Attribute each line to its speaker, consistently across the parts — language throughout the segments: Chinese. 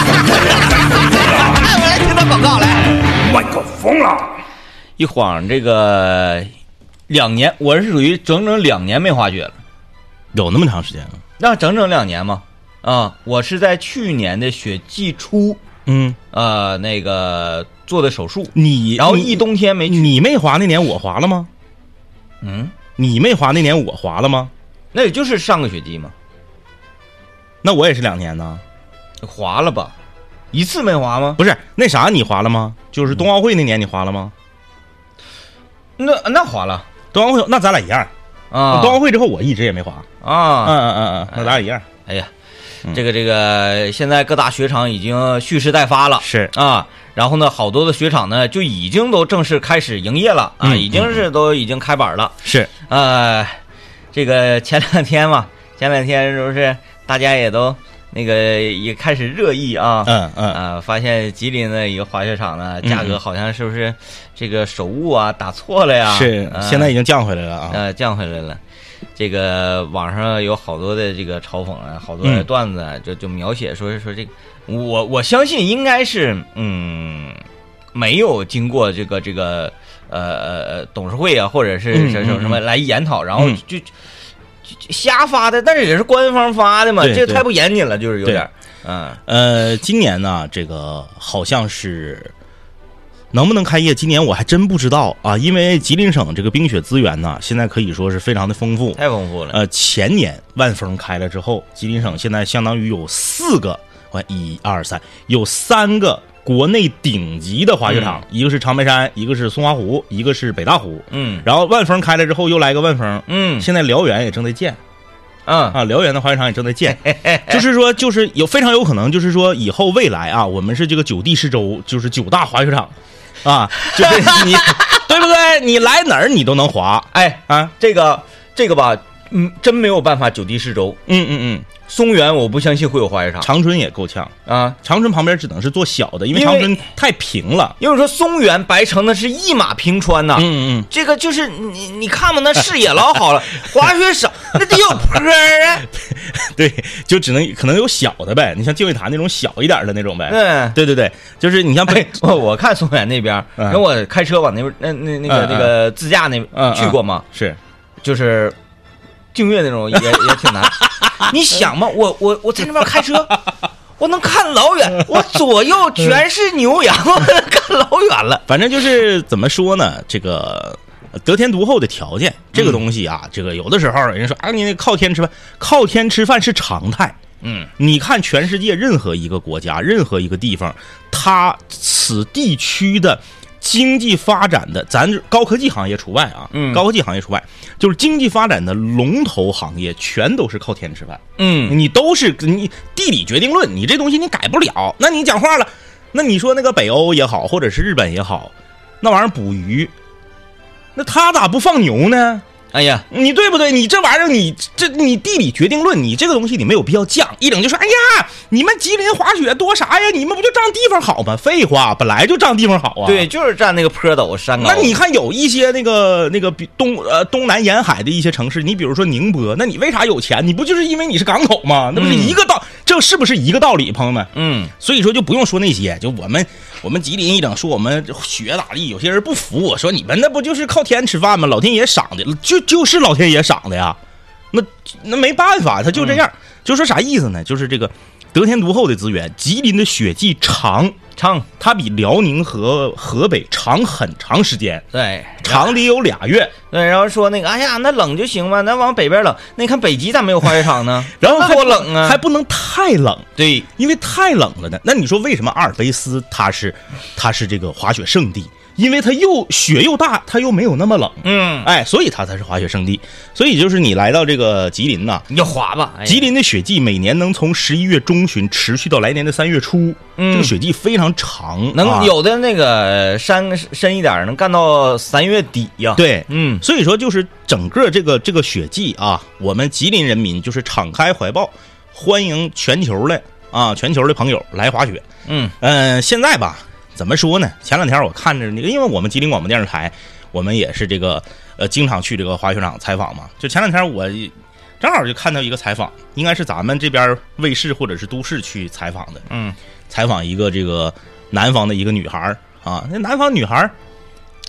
Speaker 1: 哎，我来听段广告来。
Speaker 2: 麦克风了。
Speaker 3: 一晃这个两年，我是属于整整两年没滑雪了，
Speaker 4: 有那么长时间了？
Speaker 3: 那整整两年嘛。啊，我是在去年的雪季初，
Speaker 4: 嗯，
Speaker 3: 呃，那个做的手术，
Speaker 4: 你
Speaker 3: 然后
Speaker 4: 你
Speaker 3: 一冬天没
Speaker 1: 嗯
Speaker 3: 去。
Speaker 4: 你没滑那年我滑了吗？
Speaker 3: 嗯，
Speaker 4: 你没滑那年我滑了吗？
Speaker 3: 那也就是上个雪季嘛，
Speaker 4: 那我也是两年呢。
Speaker 3: 滑了吧？一次没滑吗？
Speaker 4: 不是那啥，你滑了吗？就是冬奥会那年你滑了吗？
Speaker 3: 那那滑了
Speaker 4: 冬奥会那咱俩一样，
Speaker 1: 哦
Speaker 3: 啊，
Speaker 4: 冬奥会之后我一直也没滑。嗯
Speaker 3: 啊，
Speaker 4: 嗯嗯嗯，那咱俩一样。
Speaker 3: 哎呀，这个这个，现在各大雪场已经蓄势待发了。
Speaker 4: 是
Speaker 3: 啊，然后呢，好多的雪场呢就已经都正式开始营业了啊，
Speaker 4: 嗯
Speaker 3: 已经是都已经开板了。
Speaker 4: 是，
Speaker 3: 呃，这个前两天嘛， 前两天是不是大家也都那个也开始热议啊？
Speaker 4: 嗯嗯，
Speaker 3: 啊，发现吉林的一个滑雪场呢，价
Speaker 4: 嗯
Speaker 3: 格
Speaker 4: 嗯
Speaker 3: 好像是不是这个手误啊打错了呀？
Speaker 4: 是
Speaker 3: 啊、
Speaker 4: 现在已经降回来了啊。
Speaker 3: 呃降回来了。这个网上有好多的这个嘲讽啊，好多
Speaker 4: 嗯
Speaker 3: 的段子啊，就就描写说说这个，我我相信应该是嗯，没有经过这个这个呃呃呃董事会啊，或者是
Speaker 4: 嗯
Speaker 3: 什么
Speaker 4: 嗯
Speaker 3: 什么来研讨，然后
Speaker 4: 嗯
Speaker 3: 就就就瞎发的，但是也是官方发的嘛，
Speaker 4: 对
Speaker 3: 这
Speaker 4: 对
Speaker 3: 太不严谨了，就是有
Speaker 4: 对
Speaker 3: 点儿，嗯
Speaker 4: 呃，今年呢，这个好像是能不能开业，今年我还真不知道啊，因为吉林省这个冰雪资源呢，现在可以说是非常的丰富。
Speaker 3: 太丰富了，
Speaker 4: 呃，前年万峰开了之后，吉林省现在相当于有四个，我看一二三，有三个国内顶级的滑雪场，一个是长白山，一个是松花湖，一个是北大湖。
Speaker 3: 嗯
Speaker 4: 然后万峰开了之后，又来个万峰，
Speaker 3: 嗯
Speaker 4: 现在辽源也正在建
Speaker 3: 嗯
Speaker 4: 啊，辽源的滑雪场也正在建，就是说，就是有非常有可能，就是说以后未来啊，我们是这个九地十州，就是九大滑雪场，啊，就是你对不对？你来哪儿你都能滑
Speaker 3: 哎，
Speaker 4: 啊，
Speaker 3: 这个这个吧，嗯，真没有办法九地适州。
Speaker 4: 嗯嗯嗯，
Speaker 3: 松原我不相信会有滑雪场
Speaker 4: 长春也够呛。
Speaker 3: 啊，
Speaker 4: 长春旁边只能是做小的，因为
Speaker 3: 因为
Speaker 4: 长春太平了。
Speaker 3: 因为说松原白城那是一马平川呐、
Speaker 4: 嗯嗯，
Speaker 3: 这个就是你你看吧，那视野老好 了，滑雪少那得有坡儿 啊，
Speaker 4: 对，就只能可能有小的呗。你像净月潭那种小一点的那种呗。
Speaker 3: 嗯。
Speaker 4: 对对对，就是你像北
Speaker 3: 哎，我我看松原那边，
Speaker 4: 嗯
Speaker 3: 因为我开车往那边那那那个
Speaker 4: 嗯
Speaker 3: 那个自驾那
Speaker 4: 嗯嗯
Speaker 3: 去过嘛，
Speaker 4: 是
Speaker 3: 嗯就是净月那种也也挺 难。你想嘛，我我我在那边开 车，我能看老远，我左右全是牛羊，我能看老远了。
Speaker 4: 反正就是怎么说呢，这个呃得天独厚的条件，这个东西啊，这个有的时候人家说啊，你靠天吃饭，靠天吃饭是常态。
Speaker 3: 嗯，
Speaker 4: 你看全世界任何一个国家、任何一个地方，它此地区的经济发展的，咱高科技行业除外啊，
Speaker 3: 嗯
Speaker 4: 高科技行业除外，就是经济发展的龙头行业，全都是靠天吃饭。
Speaker 3: 嗯，
Speaker 4: 你都是你地理决定论，你这东西你改不了。那你讲话了，那你说那个北欧也好，或者是日本也好，那玩意儿捕鱼，那他咋不放牛呢？
Speaker 3: 哎呀，
Speaker 4: 你对不对？你这玩意儿，你这你地理决定论，你这个东西你没有必要犟。一整就说，哎呀，你们吉林滑雪多啥呀？你们不就占地方好吗？废话，本来就占地方好啊。
Speaker 3: 对，，就是站那个坡陡山高。
Speaker 4: 那你看有一些那个那个比东呃东南沿海的一些城市，你比如说宁波，那你为啥有钱？你不就是因为你是港口吗？那不是一个道，这是不是一个道理，朋友们？
Speaker 3: 嗯，
Speaker 4: 所以说就不用说那些，就我们我们吉林一整说我们学咋地，有些人不服我说你们那不就是靠天吃饭吗？老天爷赏的，就就是老天爷赏的呀。那那没办法，他就这样。就说啥意思呢？就是这个得天独厚的资源，吉林的雪季长，
Speaker 3: 唱
Speaker 4: 它比辽宁和河北长很长时间。
Speaker 3: 对
Speaker 4: 长的有俩月，
Speaker 3: 对，然后说那个，哎呀，那冷就行吧，那往北边冷。那你看北极咋没有滑雪场呢？
Speaker 4: 然后
Speaker 3: 那
Speaker 4: 还
Speaker 3: 多冷啊！
Speaker 4: 还不能太冷，
Speaker 3: 对，
Speaker 4: 因为太冷了呢。那你说为什么阿尔卑斯它是它是这个滑雪圣地？因为它又雪又大，它又没有那么冷，
Speaker 3: 嗯，
Speaker 4: 哎，所以它才是滑雪圣地。所以就是你来到这个吉林呐、
Speaker 3: 你就滑吧。哎呀
Speaker 4: 吉林的雪季每年能从十一月中旬持续到来年的三月初，
Speaker 3: 嗯
Speaker 4: 这个雪季非常长，
Speaker 3: 能
Speaker 4: 啊
Speaker 3: 有的那个山深一点儿，能干到三月底呀。，
Speaker 4: 对，
Speaker 3: 嗯
Speaker 4: 所以说就是整个这个这个雪季啊，我们吉林人民就是敞开怀抱，欢迎全球的啊，全球的朋友来滑雪。
Speaker 3: 嗯
Speaker 4: 嗯、现在吧，怎么说呢？前两天我看着那个，因为我们吉林广播电视台，我们也是这个呃，经常去这个滑雪场采访嘛。就前两天我正好就看到一个采访，应该是咱们这边卫视或者是都市去采访的，
Speaker 3: 嗯，
Speaker 4: 采访一个这个南方的一个女孩儿啊，那南方女孩儿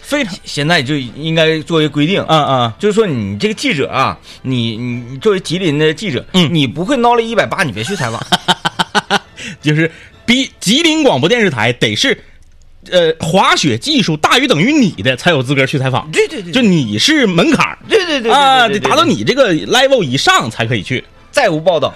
Speaker 4: 非常，
Speaker 3: 现在就应该作为规定，啊
Speaker 4: 嗯嗯。
Speaker 3: 就是说你这个记者啊，你你你作为吉林的记者，
Speaker 4: 嗯
Speaker 3: 你不会孬了一百八，你别去采 访。
Speaker 4: 就是比吉林广播电视台得是，呃，滑雪技术大于等于你的才有资格去采访，
Speaker 3: 对对对
Speaker 4: 就
Speaker 3: 就
Speaker 4: 你是门槛儿
Speaker 3: 对对对对
Speaker 4: 啊，
Speaker 3: 对对
Speaker 4: 得
Speaker 3: 对
Speaker 4: 达到你这个 level 以上才可 以去。
Speaker 3: 再无报道。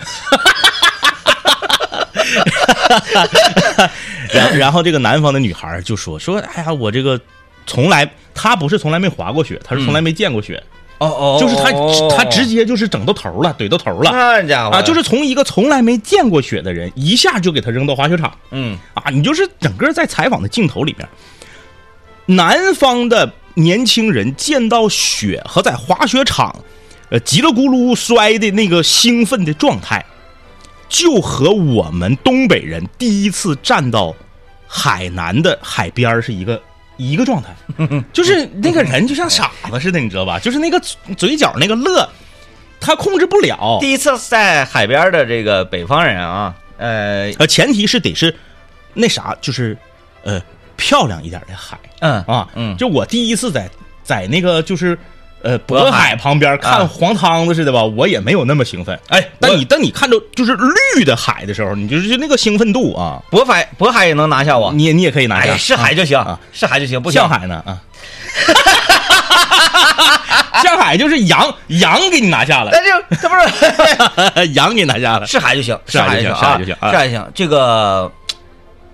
Speaker 4: 然然后这个南方的女孩儿就说说，哎呀，我这个从来她不是从来没滑过雪，她是从来没见过雪，
Speaker 3: 哦嗯哦
Speaker 4: 就是她她直接就是整到头了，怼到头了。
Speaker 3: 那家伙
Speaker 4: 啊，就是从一个从来没见过雪的人，一下就给她扔到滑雪场，
Speaker 3: 嗯
Speaker 4: 啊，你就是整个在采访的镜头里面，南方的年轻人见到雪和在滑雪场，呃，叽里咕噜摔的那个兴奋的状态，就和我们东北人第一次站到海南的海边儿是一个。一个状态，就是那个人就像傻子似的，你知道吧？就是那个嘴嘴角那个乐，他控制不了。
Speaker 3: 第一次在海边的这个北方人啊，呃
Speaker 4: 呃，前提是得是那啥，就是呃漂亮一点的海
Speaker 3: 嗯
Speaker 4: 啊，
Speaker 3: 嗯
Speaker 4: 就我第一次在在那个就是呃
Speaker 3: 渤
Speaker 4: 渤
Speaker 3: 海
Speaker 4: 海旁边
Speaker 3: 啊
Speaker 4: 看黄汤子似的吧，我也没有那么兴奋。
Speaker 3: 哎
Speaker 4: 但
Speaker 3: 我
Speaker 4: 你但你看着就是绿的海的时候，你就是就那个兴奋度啊，
Speaker 3: 渤海渤海也能拿下我。
Speaker 4: 你也你也可以拿
Speaker 3: 哎
Speaker 4: 下，
Speaker 3: 呀，是海就行，是海就行，不
Speaker 4: 不
Speaker 3: 行
Speaker 4: 向海呢啊。 向海就是羊，羊给你拿 下
Speaker 3: 但是哎这不 是
Speaker 4: 了，羊给你拿下了。
Speaker 3: 是海就行，
Speaker 4: 是海
Speaker 3: 海
Speaker 4: 就行
Speaker 3: 啊，
Speaker 4: 是海就行啊
Speaker 3: 是海就行。这个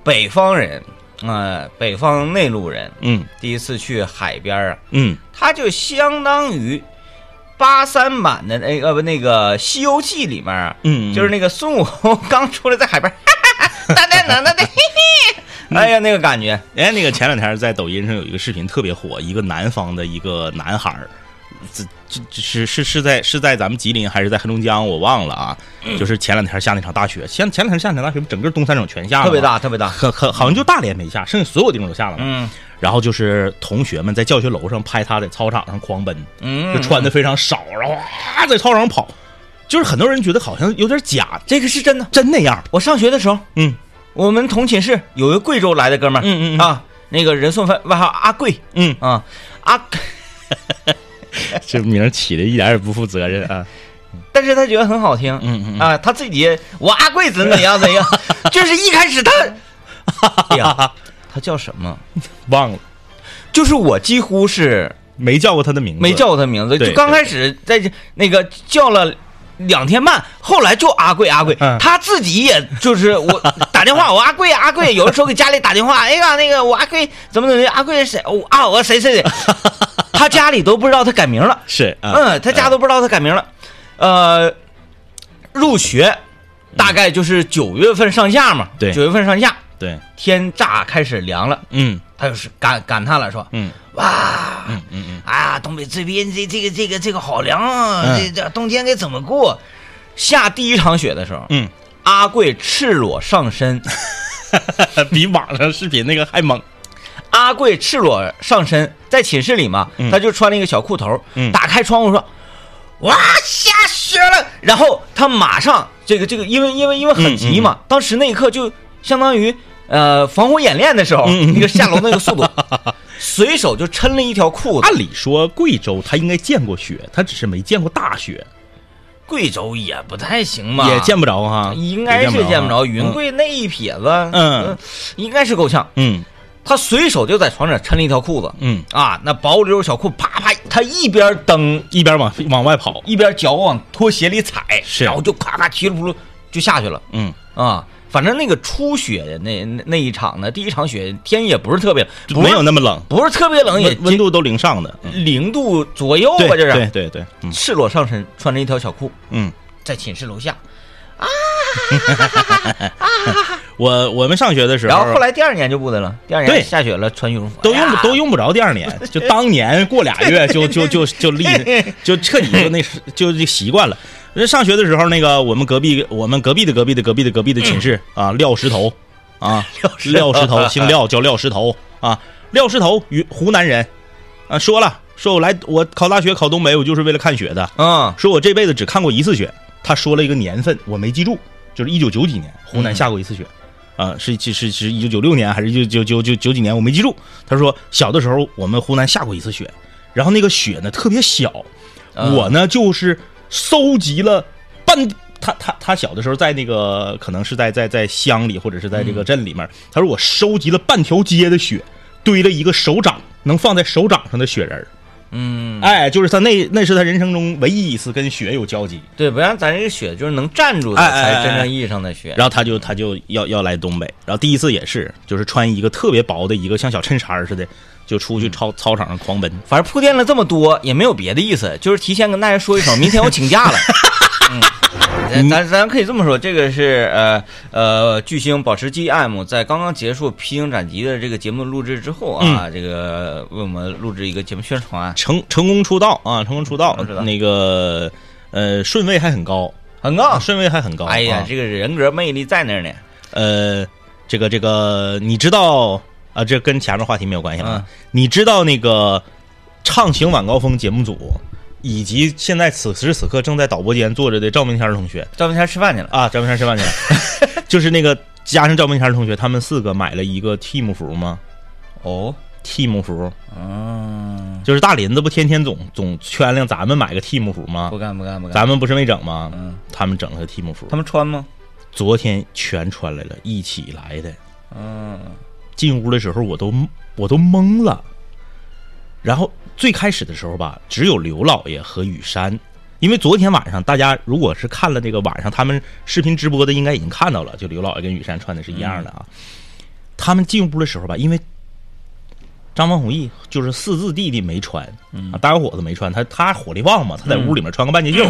Speaker 3: 北方人，呃，北方内陆人
Speaker 4: 嗯
Speaker 3: 第一次去海边啊，
Speaker 4: 嗯，
Speaker 3: 他就相当于八三版的那呃个不那个《西游记》里面啊，
Speaker 4: 嗯嗯
Speaker 3: 就是那个孙悟空刚出来在海边，哈哈哈，哒哒哒哒，嘿 嘿，哎呀，那个感觉，
Speaker 4: 哎，那个前两天在抖音上有一个视频特别火，一个南方的一个男孩儿，这这这是是是在是在咱们吉林还是在黑龙江，我忘了啊。就是前两天下那场大雪，前前两天下那场大雪，整个东三省全下了，
Speaker 3: 特别，大，特别大，
Speaker 4: 可可好像就大连没下，剩下所有地方都下了嘛。
Speaker 3: 嗯
Speaker 4: 然后就是同学们在教学楼上拍他在操场上狂奔，就
Speaker 3: 嗯，
Speaker 4: 穿的非常少，然后哇在操场上跑，就是很多人觉得好像有点假，
Speaker 3: 这个是真的。
Speaker 4: 真那样。
Speaker 3: 我上学的时候，
Speaker 4: 嗯
Speaker 3: 我们同寝室有一个贵州来的哥们儿，
Speaker 4: 嗯嗯嗯
Speaker 3: 啊，那个人送外外号阿贵
Speaker 4: 嗯，
Speaker 3: 啊，阿，
Speaker 4: 这名儿起的一点儿也不负责任啊。
Speaker 3: 但是他觉得很好听，
Speaker 4: 嗯嗯嗯
Speaker 3: 啊，他自己也我阿贵怎么怎样怎样，就是一开始他，哎呀，他叫什么？
Speaker 4: 忘了，
Speaker 3: 就是我几乎是
Speaker 4: 没叫过他的名字，
Speaker 3: 没叫过他名字，
Speaker 4: 对
Speaker 3: 就刚开始在这那个叫了。两天半，后来就阿贵阿贵，
Speaker 4: 嗯
Speaker 3: 他自己也就是我打电话，我阿贵阿贵，有的时候给家里打电话，哎呀那个我阿贵怎么怎么样，阿贵是谁？我啊我谁谁谁，他家里都不知道他改名了，
Speaker 4: 是，啊
Speaker 3: 嗯，他家都不知道他改名了。呃，入学大概就是九月份上下嘛，
Speaker 4: 嗯对
Speaker 3: 九月份上下，
Speaker 4: 对，
Speaker 3: 天乍开始凉了，
Speaker 4: 嗯
Speaker 3: 他就是感感叹了，说
Speaker 4: 嗯
Speaker 3: 哇，
Speaker 4: 嗯嗯
Speaker 1: 哎呀，东北这边这这个这个这个好凉啊！
Speaker 4: 嗯
Speaker 1: 这这冬天该怎么过？
Speaker 3: 下第一场雪的时候，
Speaker 4: 嗯
Speaker 3: 阿贵赤裸上身，
Speaker 4: 嗯， 比网上视频那个还猛，
Speaker 3: 阿贵赤裸上身，在寝室里嘛，
Speaker 4: 嗯
Speaker 3: 他就穿了一个小裤头，
Speaker 4: 嗯
Speaker 3: 打开窗户说：“哇，下雪了！”然后他马上这个这个，因为因为因为
Speaker 4: 嗯
Speaker 3: 很急嘛，当时那一刻就相当于呃防火演练的时候、
Speaker 4: 嗯嗯
Speaker 3: 那个下楼那个速 度，随手就抻了一条裤子。
Speaker 4: 按理说贵州他应该见过雪，他只是没见过大雪，
Speaker 3: 贵州也不太行嘛，
Speaker 4: 也见不着哈，
Speaker 3: 啊应该是
Speaker 4: 也
Speaker 3: 见不着。
Speaker 4: 啊
Speaker 3: 云，贵那一撇子，
Speaker 4: 嗯
Speaker 3: 呃，应该是够呛。
Speaker 4: 嗯
Speaker 3: 他随手就在床上抻了一条裤子，
Speaker 4: 嗯，
Speaker 3: 啊，那薄溜小裤啪啪，他一边蹬
Speaker 4: 一边往往外跑，
Speaker 3: 啊一边脚往拖鞋里踩，
Speaker 4: 是
Speaker 3: 然后就咔咔提着轱辘就下去了。
Speaker 4: 嗯
Speaker 3: 啊。反正那个初雪的那那那一场呢，第一场雪天也不是特别，
Speaker 4: 就
Speaker 3: 不是
Speaker 4: 没有那么冷，
Speaker 3: 不是特别冷，也
Speaker 4: 温温度都零上的。嗯
Speaker 3: 零度左右
Speaker 4: 对
Speaker 3: 吧，这啊
Speaker 4: 对
Speaker 3: 是。
Speaker 4: 对对，嗯
Speaker 3: 赤裸上身，穿着一条小裤，
Speaker 4: 嗯，
Speaker 3: 在寝室楼下。
Speaker 4: 我我们上学的时候，
Speaker 3: 然后后来第二年就不得了，第二
Speaker 4: 对
Speaker 3: 年下雪了，穿羽绒服哎
Speaker 4: 都用不都用不着第二 年，就当年过俩 月就就就就立就彻底就那是就就习惯了。人上学的时候，那个我们隔壁我们隔壁的隔壁的隔壁的隔壁的寝室啊，廖石头啊， 廖石头姓廖叫廖石头啊，廖石头云湖南人啊，说了说我来我考大学考东北，我就是为了看雪的，
Speaker 3: 嗯，
Speaker 4: 说我这辈子只看过一次雪。他说了一个年份，我没记住，就是一九九几年，湖南下过一次雪，啊、是是是是一九九六年还是一九九九九几年，我没记住。他说小的时候我们湖南下过一次雪，然后那个雪呢特别小，
Speaker 3: 嗯
Speaker 4: 我呢就是搜集了半。他他他小的时候在那个可能是在在在乡里或者是在这个镇里面，他说我收集了半条街的雪，堆了一个手掌能放在手掌上的雪人儿
Speaker 3: 嗯，
Speaker 4: 哎，就是他那那是他人生中唯一一次跟雪有交集，
Speaker 3: 对，不然咱这个雪就是能站住的，
Speaker 4: 哎哎哎
Speaker 3: 才真正意义上的雪。
Speaker 4: 然后他就他就要要来东北，然后第一次也是就是穿一个特别薄的一个像小衬衫儿似的，就出去操操场上狂奔。
Speaker 3: 反正铺垫了这么多，也没有别的意思，就是提前跟大家说一声，明天我请假了。 嗯，咱咱可以这么说，这个是呃呃，巨星保时 GM 在刚刚结束《披荆斩棘》的这个节目录制之后啊，这个为我们录制一个节目宣传，
Speaker 4: 成成功出道啊，成功出道
Speaker 3: 成功出道，
Speaker 4: 那个呃顺位还很高
Speaker 3: 很高
Speaker 4: 啊，。顺位还很高。
Speaker 3: 哎呀
Speaker 4: 啊，
Speaker 3: 这个人格魅力在那儿呢。
Speaker 4: 呃，这个这个你知道啊，这跟前面话题没有
Speaker 3: 哎嗯
Speaker 4: 关系了啊。你知道那个畅行晚高峰节目组以及现在此时此刻正在导播间坐着的赵明天儿同学，
Speaker 3: 赵明天吃饭去了，
Speaker 4: 啊，赵明山吃饭去了， 就是那个加上赵明山同学，他们四个买了一个 team 服吗
Speaker 3: 哦，
Speaker 4: ？team 服
Speaker 3: 嗯，
Speaker 4: 就是大林子不天天总总圈量咱们买个 team 服吗
Speaker 3: 不？干不干不干。
Speaker 4: 咱们不是没整吗？
Speaker 3: 嗯，
Speaker 4: 他们整了个 team 服
Speaker 3: 他，们穿吗？
Speaker 4: 昨天全穿来了，一起来的。
Speaker 3: 嗯，
Speaker 4: 进屋的时候我都我都懵了。然后最开始的时候吧，只有刘老爷和雨山，因为昨天晚上大家如果是看了那个晚上他们视频直播的，应该已经看到了，就刘老爷跟雨山穿的是一样的啊。
Speaker 3: 嗯
Speaker 4: 他们进屋的时候吧，因为张王弘毅就是四字弟弟没穿
Speaker 3: 嗯
Speaker 4: 啊，大小伙子没穿，他他火力旺嘛，他在屋里面穿个半截袖，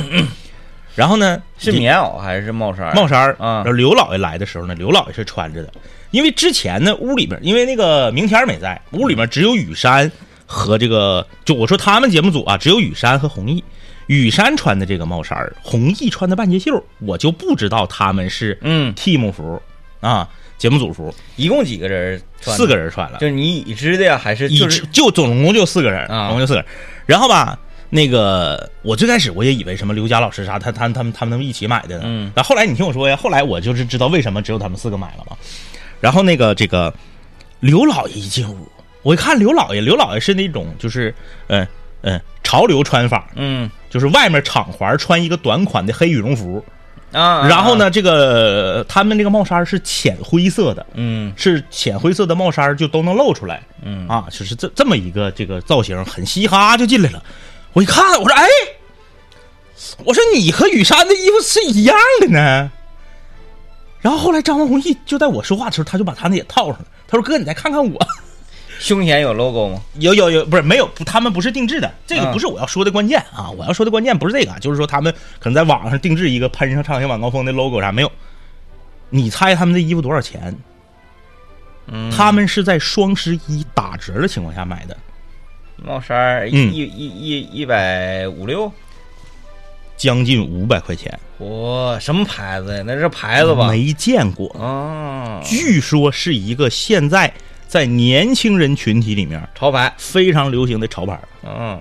Speaker 4: 然后呢
Speaker 3: 嗯是棉袄还是帽衫？
Speaker 4: 帽衫儿
Speaker 3: 啊
Speaker 4: 然后刘老爷来的时候呢，刘老爷是穿着的，因为之前呢屋里面因为那个明天儿没在，
Speaker 3: 嗯
Speaker 4: 屋里面只有雨山和这个就我说他们节目组啊，只有雨山和弘毅。雨山穿的这个帽衫儿，弘毅穿的半截袖儿，我就不知道他们是
Speaker 3: 嗯
Speaker 4: team 服啊，节目组服，
Speaker 3: 一共几个人穿？
Speaker 4: 四个，人穿了，
Speaker 3: 就是你已知的呀，还是
Speaker 4: 一
Speaker 3: 就
Speaker 4: 直
Speaker 3: 是
Speaker 4: 就总共就四个人，
Speaker 3: 啊
Speaker 4: 总共就四个人。然后吧，那个我最开始我也以为什么刘佳老师啥，他他他们他们他们一起买的呢。
Speaker 3: 嗯。
Speaker 4: 但后来你听我说呀，后来我就是知道为什么只有他们四个买了嘛。然后那个这个刘老爷一进屋，我一看刘老爷，刘老爷是那种就是嗯嗯、潮流穿法，
Speaker 3: 嗯
Speaker 4: 就是外面敞怀穿一个短款的黑羽绒服，
Speaker 3: 啊，
Speaker 4: 然后呢，这个他们这个帽衫是浅灰色的，
Speaker 3: 嗯
Speaker 4: 是浅灰色的帽衫儿就都能露出来，嗯啊，就是这这么一个这个造型很嘻哈就进来了。我一看，我说哎，我说你和雨山的衣服是一样的呢。然后后来张文宏毅就在我说话的时候，他就把他那也套上了。他说：“哥，你再看看我，
Speaker 3: 胸前有 logo 吗？
Speaker 4: 有有有，不是没有，不他们不是定制的，这个
Speaker 3: 嗯
Speaker 4: 不是我要说的关键啊。我要说的关键不是这个啊，就是说他们可能在网上定制一个喷上畅行晚高峰的 logo 啥没有。你猜他们的衣服多少钱？
Speaker 3: 嗯，
Speaker 4: 他们是在双十一打折的情况下买的，
Speaker 3: 帽衫儿一
Speaker 4: 嗯
Speaker 3: 一一一一百五六，
Speaker 4: 将近五百块钱，
Speaker 3: 哇，什么牌子呀？那是牌子吧？
Speaker 4: 没见过。
Speaker 3: 啊，
Speaker 4: 据说是一个现在在年轻人群体里面
Speaker 3: 潮牌，
Speaker 4: 非常流行的潮牌儿
Speaker 3: 嗯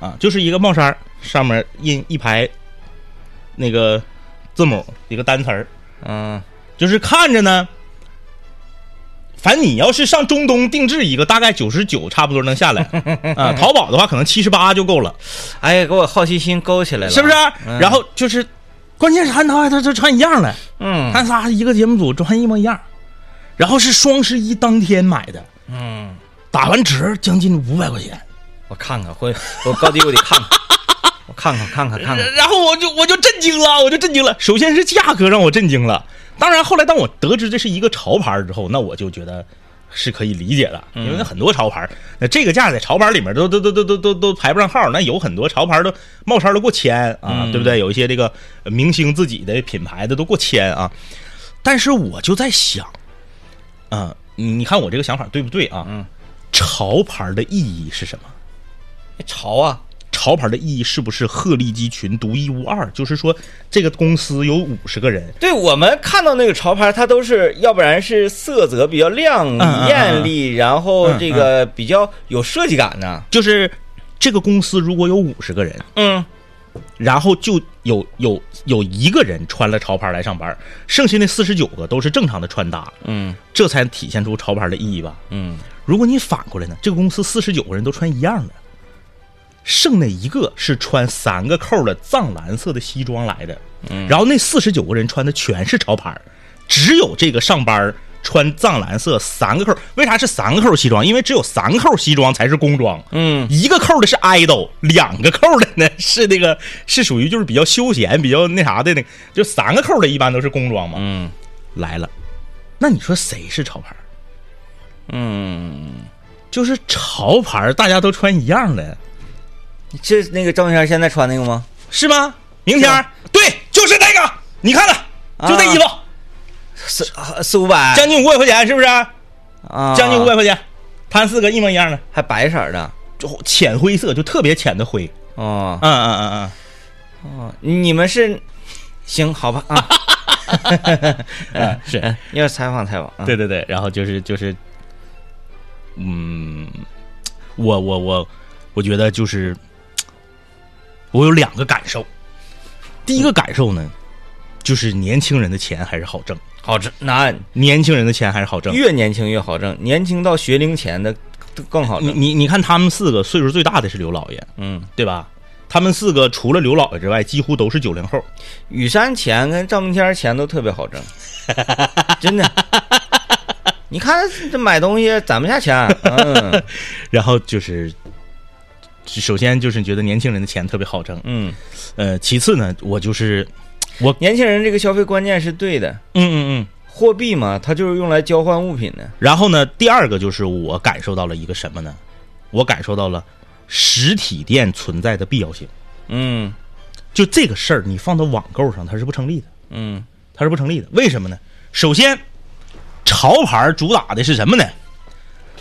Speaker 4: 啊，就是一个帽衫儿上面印一排那个字母一个单词儿，
Speaker 3: 嗯，
Speaker 4: 就是看着呢。反正你要是上中东定制一个，大概九十九差不多能 下来啊。淘宝的话，可能七十八就够了。
Speaker 3: 哎呀，给我好奇心勾起来了，
Speaker 4: 是不是？啊
Speaker 3: 嗯
Speaker 4: 然后就是，关键是韩涛他这穿一样了，
Speaker 3: 嗯
Speaker 4: 他仨一个节目组穿一模一样，然后是双十一当天买的，
Speaker 3: 嗯，
Speaker 4: 打完折将近五百块钱。
Speaker 3: 我看看，回我高低我得看看，我看看看看看看，
Speaker 4: 然后我就我就震惊了，我就震惊了。首先是价格让我震惊了，当然，后来当我得知这是一个潮牌之后，那我就觉得是可以理解的，
Speaker 3: 嗯
Speaker 4: 因为那很多潮牌，那这个价在潮牌里面都都都都都都都排不上号，那有很多潮牌都冒签都过千啊，
Speaker 3: 嗯
Speaker 4: 对不对？有一些这个呃明星自己的品牌的都过千啊，但是我就在想，啊、你你看我这个想法对不对啊？
Speaker 3: 嗯，
Speaker 4: 潮牌的意义是什么？
Speaker 3: 潮啊，
Speaker 4: 潮牌的意义是不是鹤立鸡群、独一无二？就是说，这个公司有五十个人，
Speaker 3: 对我们看到那个潮牌，它都是要不然是色泽比较亮
Speaker 4: 嗯
Speaker 3: 艳丽，然后这个比较有设计感的。
Speaker 4: 就是这个公司如果有五十个人，
Speaker 3: 嗯，
Speaker 4: 然后就有有有一个人穿了潮牌来上班，剩下那四十九个都是正常的穿搭，
Speaker 3: 嗯
Speaker 4: 这才体现出潮牌的意义吧。
Speaker 3: 嗯，
Speaker 4: 如果你反过来呢，这个公司四十九个人都穿一样的，剩那一个是穿三个扣的藏蓝色的西装来的，
Speaker 3: 嗯
Speaker 4: 然后那四十九个人穿的全是潮牌儿，只有这个上班儿穿藏蓝色三个扣，为啥是三个扣西装？因为只有三个扣西装才是工装，
Speaker 3: 嗯，
Speaker 4: 一个扣的是 idol，两个扣的呢是那个是属于就是比较休闲、比较那啥的那个，就三个扣的一般都是工装嘛，
Speaker 3: 嗯
Speaker 4: 来了，那你说谁是潮牌儿？
Speaker 3: 嗯，
Speaker 4: 就是潮牌儿，大家都穿一样的，
Speaker 3: 这那个张先生现在穿那个吗？
Speaker 4: 是啊吗？明天儿对，就是那个，你看看，就这衣服，
Speaker 3: 四啊四五百，
Speaker 4: 将近五百块钱，是不是？
Speaker 3: 啊
Speaker 4: 将近五百，块钱，摊四个一模一样的，
Speaker 3: 还白色儿的。
Speaker 4: 就浅灰色，就特别浅的灰。
Speaker 3: 哦，
Speaker 4: 嗯嗯嗯嗯，
Speaker 3: 你们是行好吧啊？ 嗯，
Speaker 4: 哎是，
Speaker 3: 要采访采访啊。
Speaker 4: 对对对，然后就是就是，嗯，我我我我觉得就是，我有两个感受。第一个感受呢，就是年轻人的钱还是好挣，
Speaker 3: 好挣，那
Speaker 4: 年轻人的钱还是好挣。
Speaker 3: 越年轻越好挣，年轻到学龄前的更更好
Speaker 4: 你
Speaker 3: 挣。
Speaker 4: 你你看他们四个岁数最大的是刘老爷，
Speaker 3: 嗯。
Speaker 4: 对吧？他们四个除了刘老爷之外，几乎都是九零后。
Speaker 3: 雨山钱跟赵明天钱都特别 好挣，真的。你看这买东西攒不下 钱，嗯
Speaker 4: 然后就是，首先就是觉得年轻人的钱特别好挣，
Speaker 3: 嗯，
Speaker 4: 呃，其次呢，我就是，
Speaker 3: 年轻人这个消费观念是对的，
Speaker 4: 嗯嗯嗯。
Speaker 3: 货币嘛，它就是用来交换物品的。
Speaker 4: 然后呢，第二个就是我感受到了一个什么呢？我感受到了实体店存在的必要性。
Speaker 3: 嗯
Speaker 4: 就这个事儿，你放到网购上，它是不成立的，
Speaker 3: 嗯
Speaker 4: 它是不成立的。为什么呢？首先，潮牌主打的是什么呢？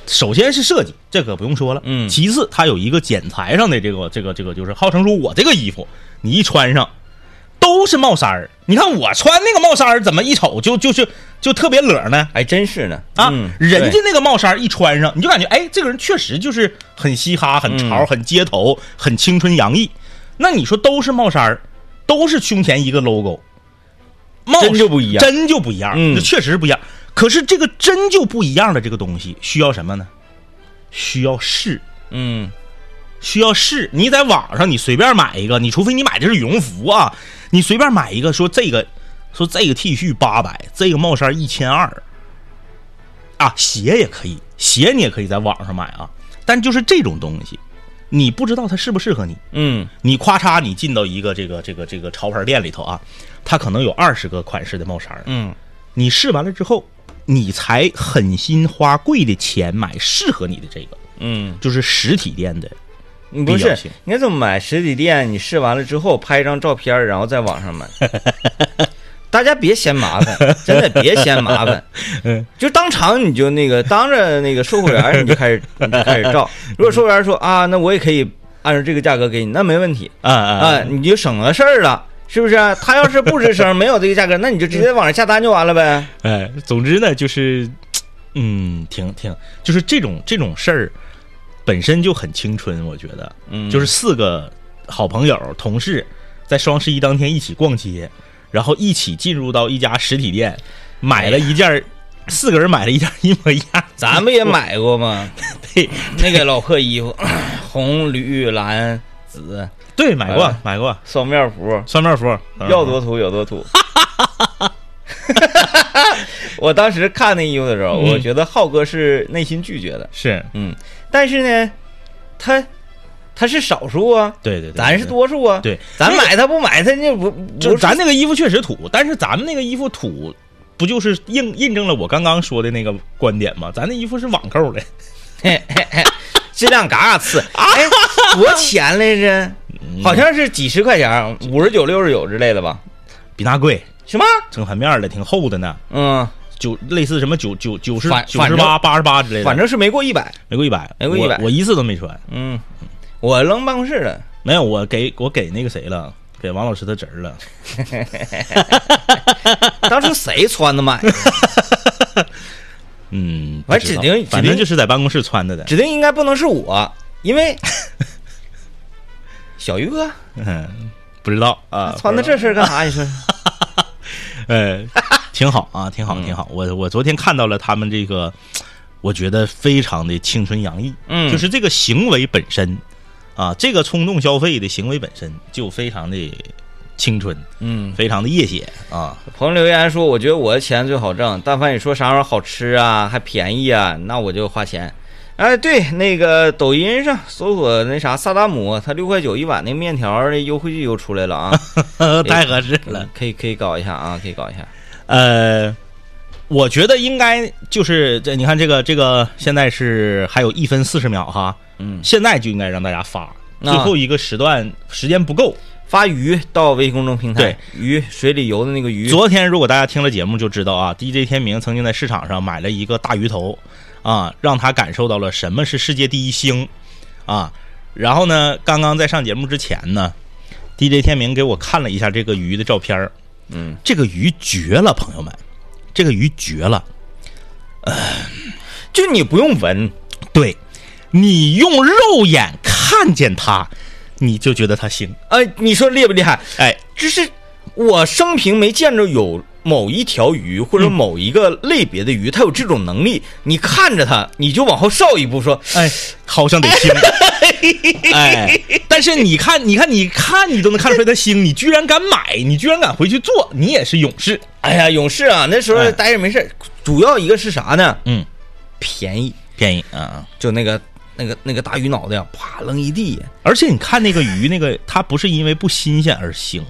Speaker 4: 首先是设计，这可不用说了。
Speaker 3: 嗯
Speaker 4: 其次，它有一个剪裁上的这个这个这个，就是号称说我这个衣服，你一穿上都是帽衫儿。你看我穿那个帽衫儿，怎么一瞅就就是就特别勒呢？
Speaker 3: 还真是呢
Speaker 4: 啊，
Speaker 3: 嗯
Speaker 4: 人家
Speaker 3: 对
Speaker 4: 那个帽衫儿一穿上，你就感觉哎，这个人确实就是很嘻哈、很潮、
Speaker 3: 嗯
Speaker 4: 很街头、很青春洋溢。那你说都是帽衫儿，都是胸前一个 logo，帽
Speaker 3: 真就不一样
Speaker 4: 真就不一样，
Speaker 3: 嗯
Speaker 4: 这确实不一样。可是这个真就不一样的这个东西需要什么呢？需要试，
Speaker 3: 嗯
Speaker 4: 需要试。你在网上你随便买一个，你除非你买的是羽绒服啊，你随便买一个，说这个说这个 T 恤八百，这个帽衫一千二，啊，鞋也可以，鞋你也可以在网上买啊。但就是这种东西，你不知道它适不适合你。
Speaker 3: 嗯
Speaker 4: 你咔嚓，你进到一个这个这个这个潮牌店里头啊，它可能有二十个款式的帽衫儿，
Speaker 3: 嗯
Speaker 4: 你试完了之后，你才狠心花贵的钱买适合你的这个，
Speaker 3: 嗯，
Speaker 4: 就是实体店的。
Speaker 3: 你不
Speaker 4: 必要
Speaker 3: 是
Speaker 4: 性
Speaker 3: 你该怎么买实体店？你试完了之后拍一张照片儿，然后在网上 买。大家别嫌麻烦，真的别嫌麻烦。
Speaker 4: 嗯，
Speaker 3: 就当场你就那个当着那个售货员儿你就 开始你就开始照。如果售货员儿说啊，那我也可以按照这个价格给你，那没问题
Speaker 4: 啊啊
Speaker 3: 啊，你就省了事儿了，是不是啊？他要是不吱 声，没有这个价格，那你就直接网上下单就完了呗。
Speaker 4: 哎，总之呢，就是，嗯，挺挺，就是这种这种事儿本身就很青春，我觉得，
Speaker 3: 嗯
Speaker 4: 就是四个好朋友、同事在双十一当天一起逛街，然后一起进入到一家实体店，买了一件儿，四个人买了一件儿一模一样，
Speaker 3: 咱们也买过嘛，
Speaker 4: 对
Speaker 3: 那个老破衣服， 红、绿、蓝、紫，
Speaker 4: 对买过
Speaker 3: 哎
Speaker 4: 买过
Speaker 3: 双面服，
Speaker 4: 酸面服，嗯
Speaker 3: 要多土有多土。 我当时看那衣服的时候，
Speaker 4: 嗯
Speaker 3: 我觉得浩哥是内心拒绝的，
Speaker 4: 是
Speaker 3: 嗯，但是呢，他他是少数啊，
Speaker 4: 对对对，
Speaker 3: 咱是
Speaker 4: 对。
Speaker 3: 多数啊，
Speaker 4: 对
Speaker 3: 咱
Speaker 4: 那个
Speaker 3: 买他不买他那不
Speaker 4: 就是
Speaker 3: 不
Speaker 4: 咱那个衣服确实土，但是咱们那个衣服土不就是印印证了我刚刚说的那个观点吗？咱那衣服是网购的，
Speaker 3: 质量嘎嘎 次。
Speaker 4: 啊
Speaker 3: 哎，多少钱来着？
Speaker 4: 嗯
Speaker 3: 好像是几十块钱，五十九、六十九之类的吧？
Speaker 4: 比那贵，
Speaker 3: 什么？
Speaker 4: 正反面的，挺厚的呢，
Speaker 3: 嗯，
Speaker 4: 九类似什么九九九十
Speaker 3: 反
Speaker 4: 九十八八十八之类的，
Speaker 3: 反正是没过一百。
Speaker 4: 没过一百，
Speaker 3: 没过100
Speaker 4: 我我一次都没穿，
Speaker 3: 嗯，我扔办公室 了。
Speaker 4: 没有，我给我给那个谁了，给王老师他侄儿了，
Speaker 3: 当初谁穿的买的？
Speaker 4: 嗯，
Speaker 3: 完
Speaker 4: 不知道
Speaker 3: 指定
Speaker 4: 反
Speaker 3: 指定
Speaker 4: 正就是在办公室穿着的，
Speaker 3: 指定应该不能是我，因 为小鱼哥
Speaker 4: 嗯，不知道啊，
Speaker 3: 穿的这身干啥？你说？
Speaker 4: 呃，挺好啊，挺好，
Speaker 3: 嗯
Speaker 4: 挺好。我我昨天看到了他们这个，我觉得非常的青春洋溢，
Speaker 3: 嗯
Speaker 4: 就是这个行为本身啊，这个冲动消费的行为本身就非常的青春，
Speaker 3: 嗯，
Speaker 4: 非常的夜血 啊，
Speaker 3: 朋友留言说，我觉得我的钱最好挣，但凡你说啥玩意儿好吃啊，还便宜啊，那我就花钱。哎，对，那个抖音上搜索那啥萨达姆，他六块九一碗那面条儿的优惠券又出来了 啊，
Speaker 4: 太合适了
Speaker 3: 嗯。可以可以搞一下啊，可以搞一下。
Speaker 4: 呃，我觉得应该就是这，你看这个这个，现在是还有一分四十秒哈，
Speaker 3: 嗯，
Speaker 4: 现在就应该让大家发。
Speaker 3: 啊
Speaker 4: 最后一个时段时间不够，
Speaker 3: 发鱼到微信公众平台，
Speaker 4: 对，
Speaker 3: 鱼水里游的那个鱼，
Speaker 4: 昨天如果大家听了节目就知道啊，DJ 天明曾经在市场上买了一个大鱼头，啊，让他感受到了什么是世界第一星，啊，然后呢，刚刚在上节目之前呢，DJ 天明给我看了一下这个鱼的照片儿
Speaker 3: 嗯，
Speaker 4: 这个鱼绝了，朋友们，这个鱼绝了。
Speaker 3: 就你不用闻，
Speaker 4: 对，你用肉眼看见它，你就觉得它腥。
Speaker 3: 哎、你说厉不厉害？
Speaker 4: 哎，
Speaker 3: 就是我生平没见着有某一条鱼或
Speaker 4: 嗯
Speaker 3: 者某一个类别的鱼，它有这种能力。你看着它，你就往后稍一步说，
Speaker 4: 哎，好像得腥。 哎，但是你看，你看，你看，你都能看出来它腥，你居然敢买，你居然敢回去做，你也是勇士。
Speaker 3: 哎呀，勇士啊，那时候
Speaker 4: 哎
Speaker 3: 待着没事儿，主要一个是啥呢？
Speaker 4: 嗯，
Speaker 3: 便宜，
Speaker 4: 便宜啊。
Speaker 3: 就那个那个那个大鱼脑袋啊，啪扔一地，
Speaker 4: 而且你看那个鱼，那个它不是因为不新鲜而腥，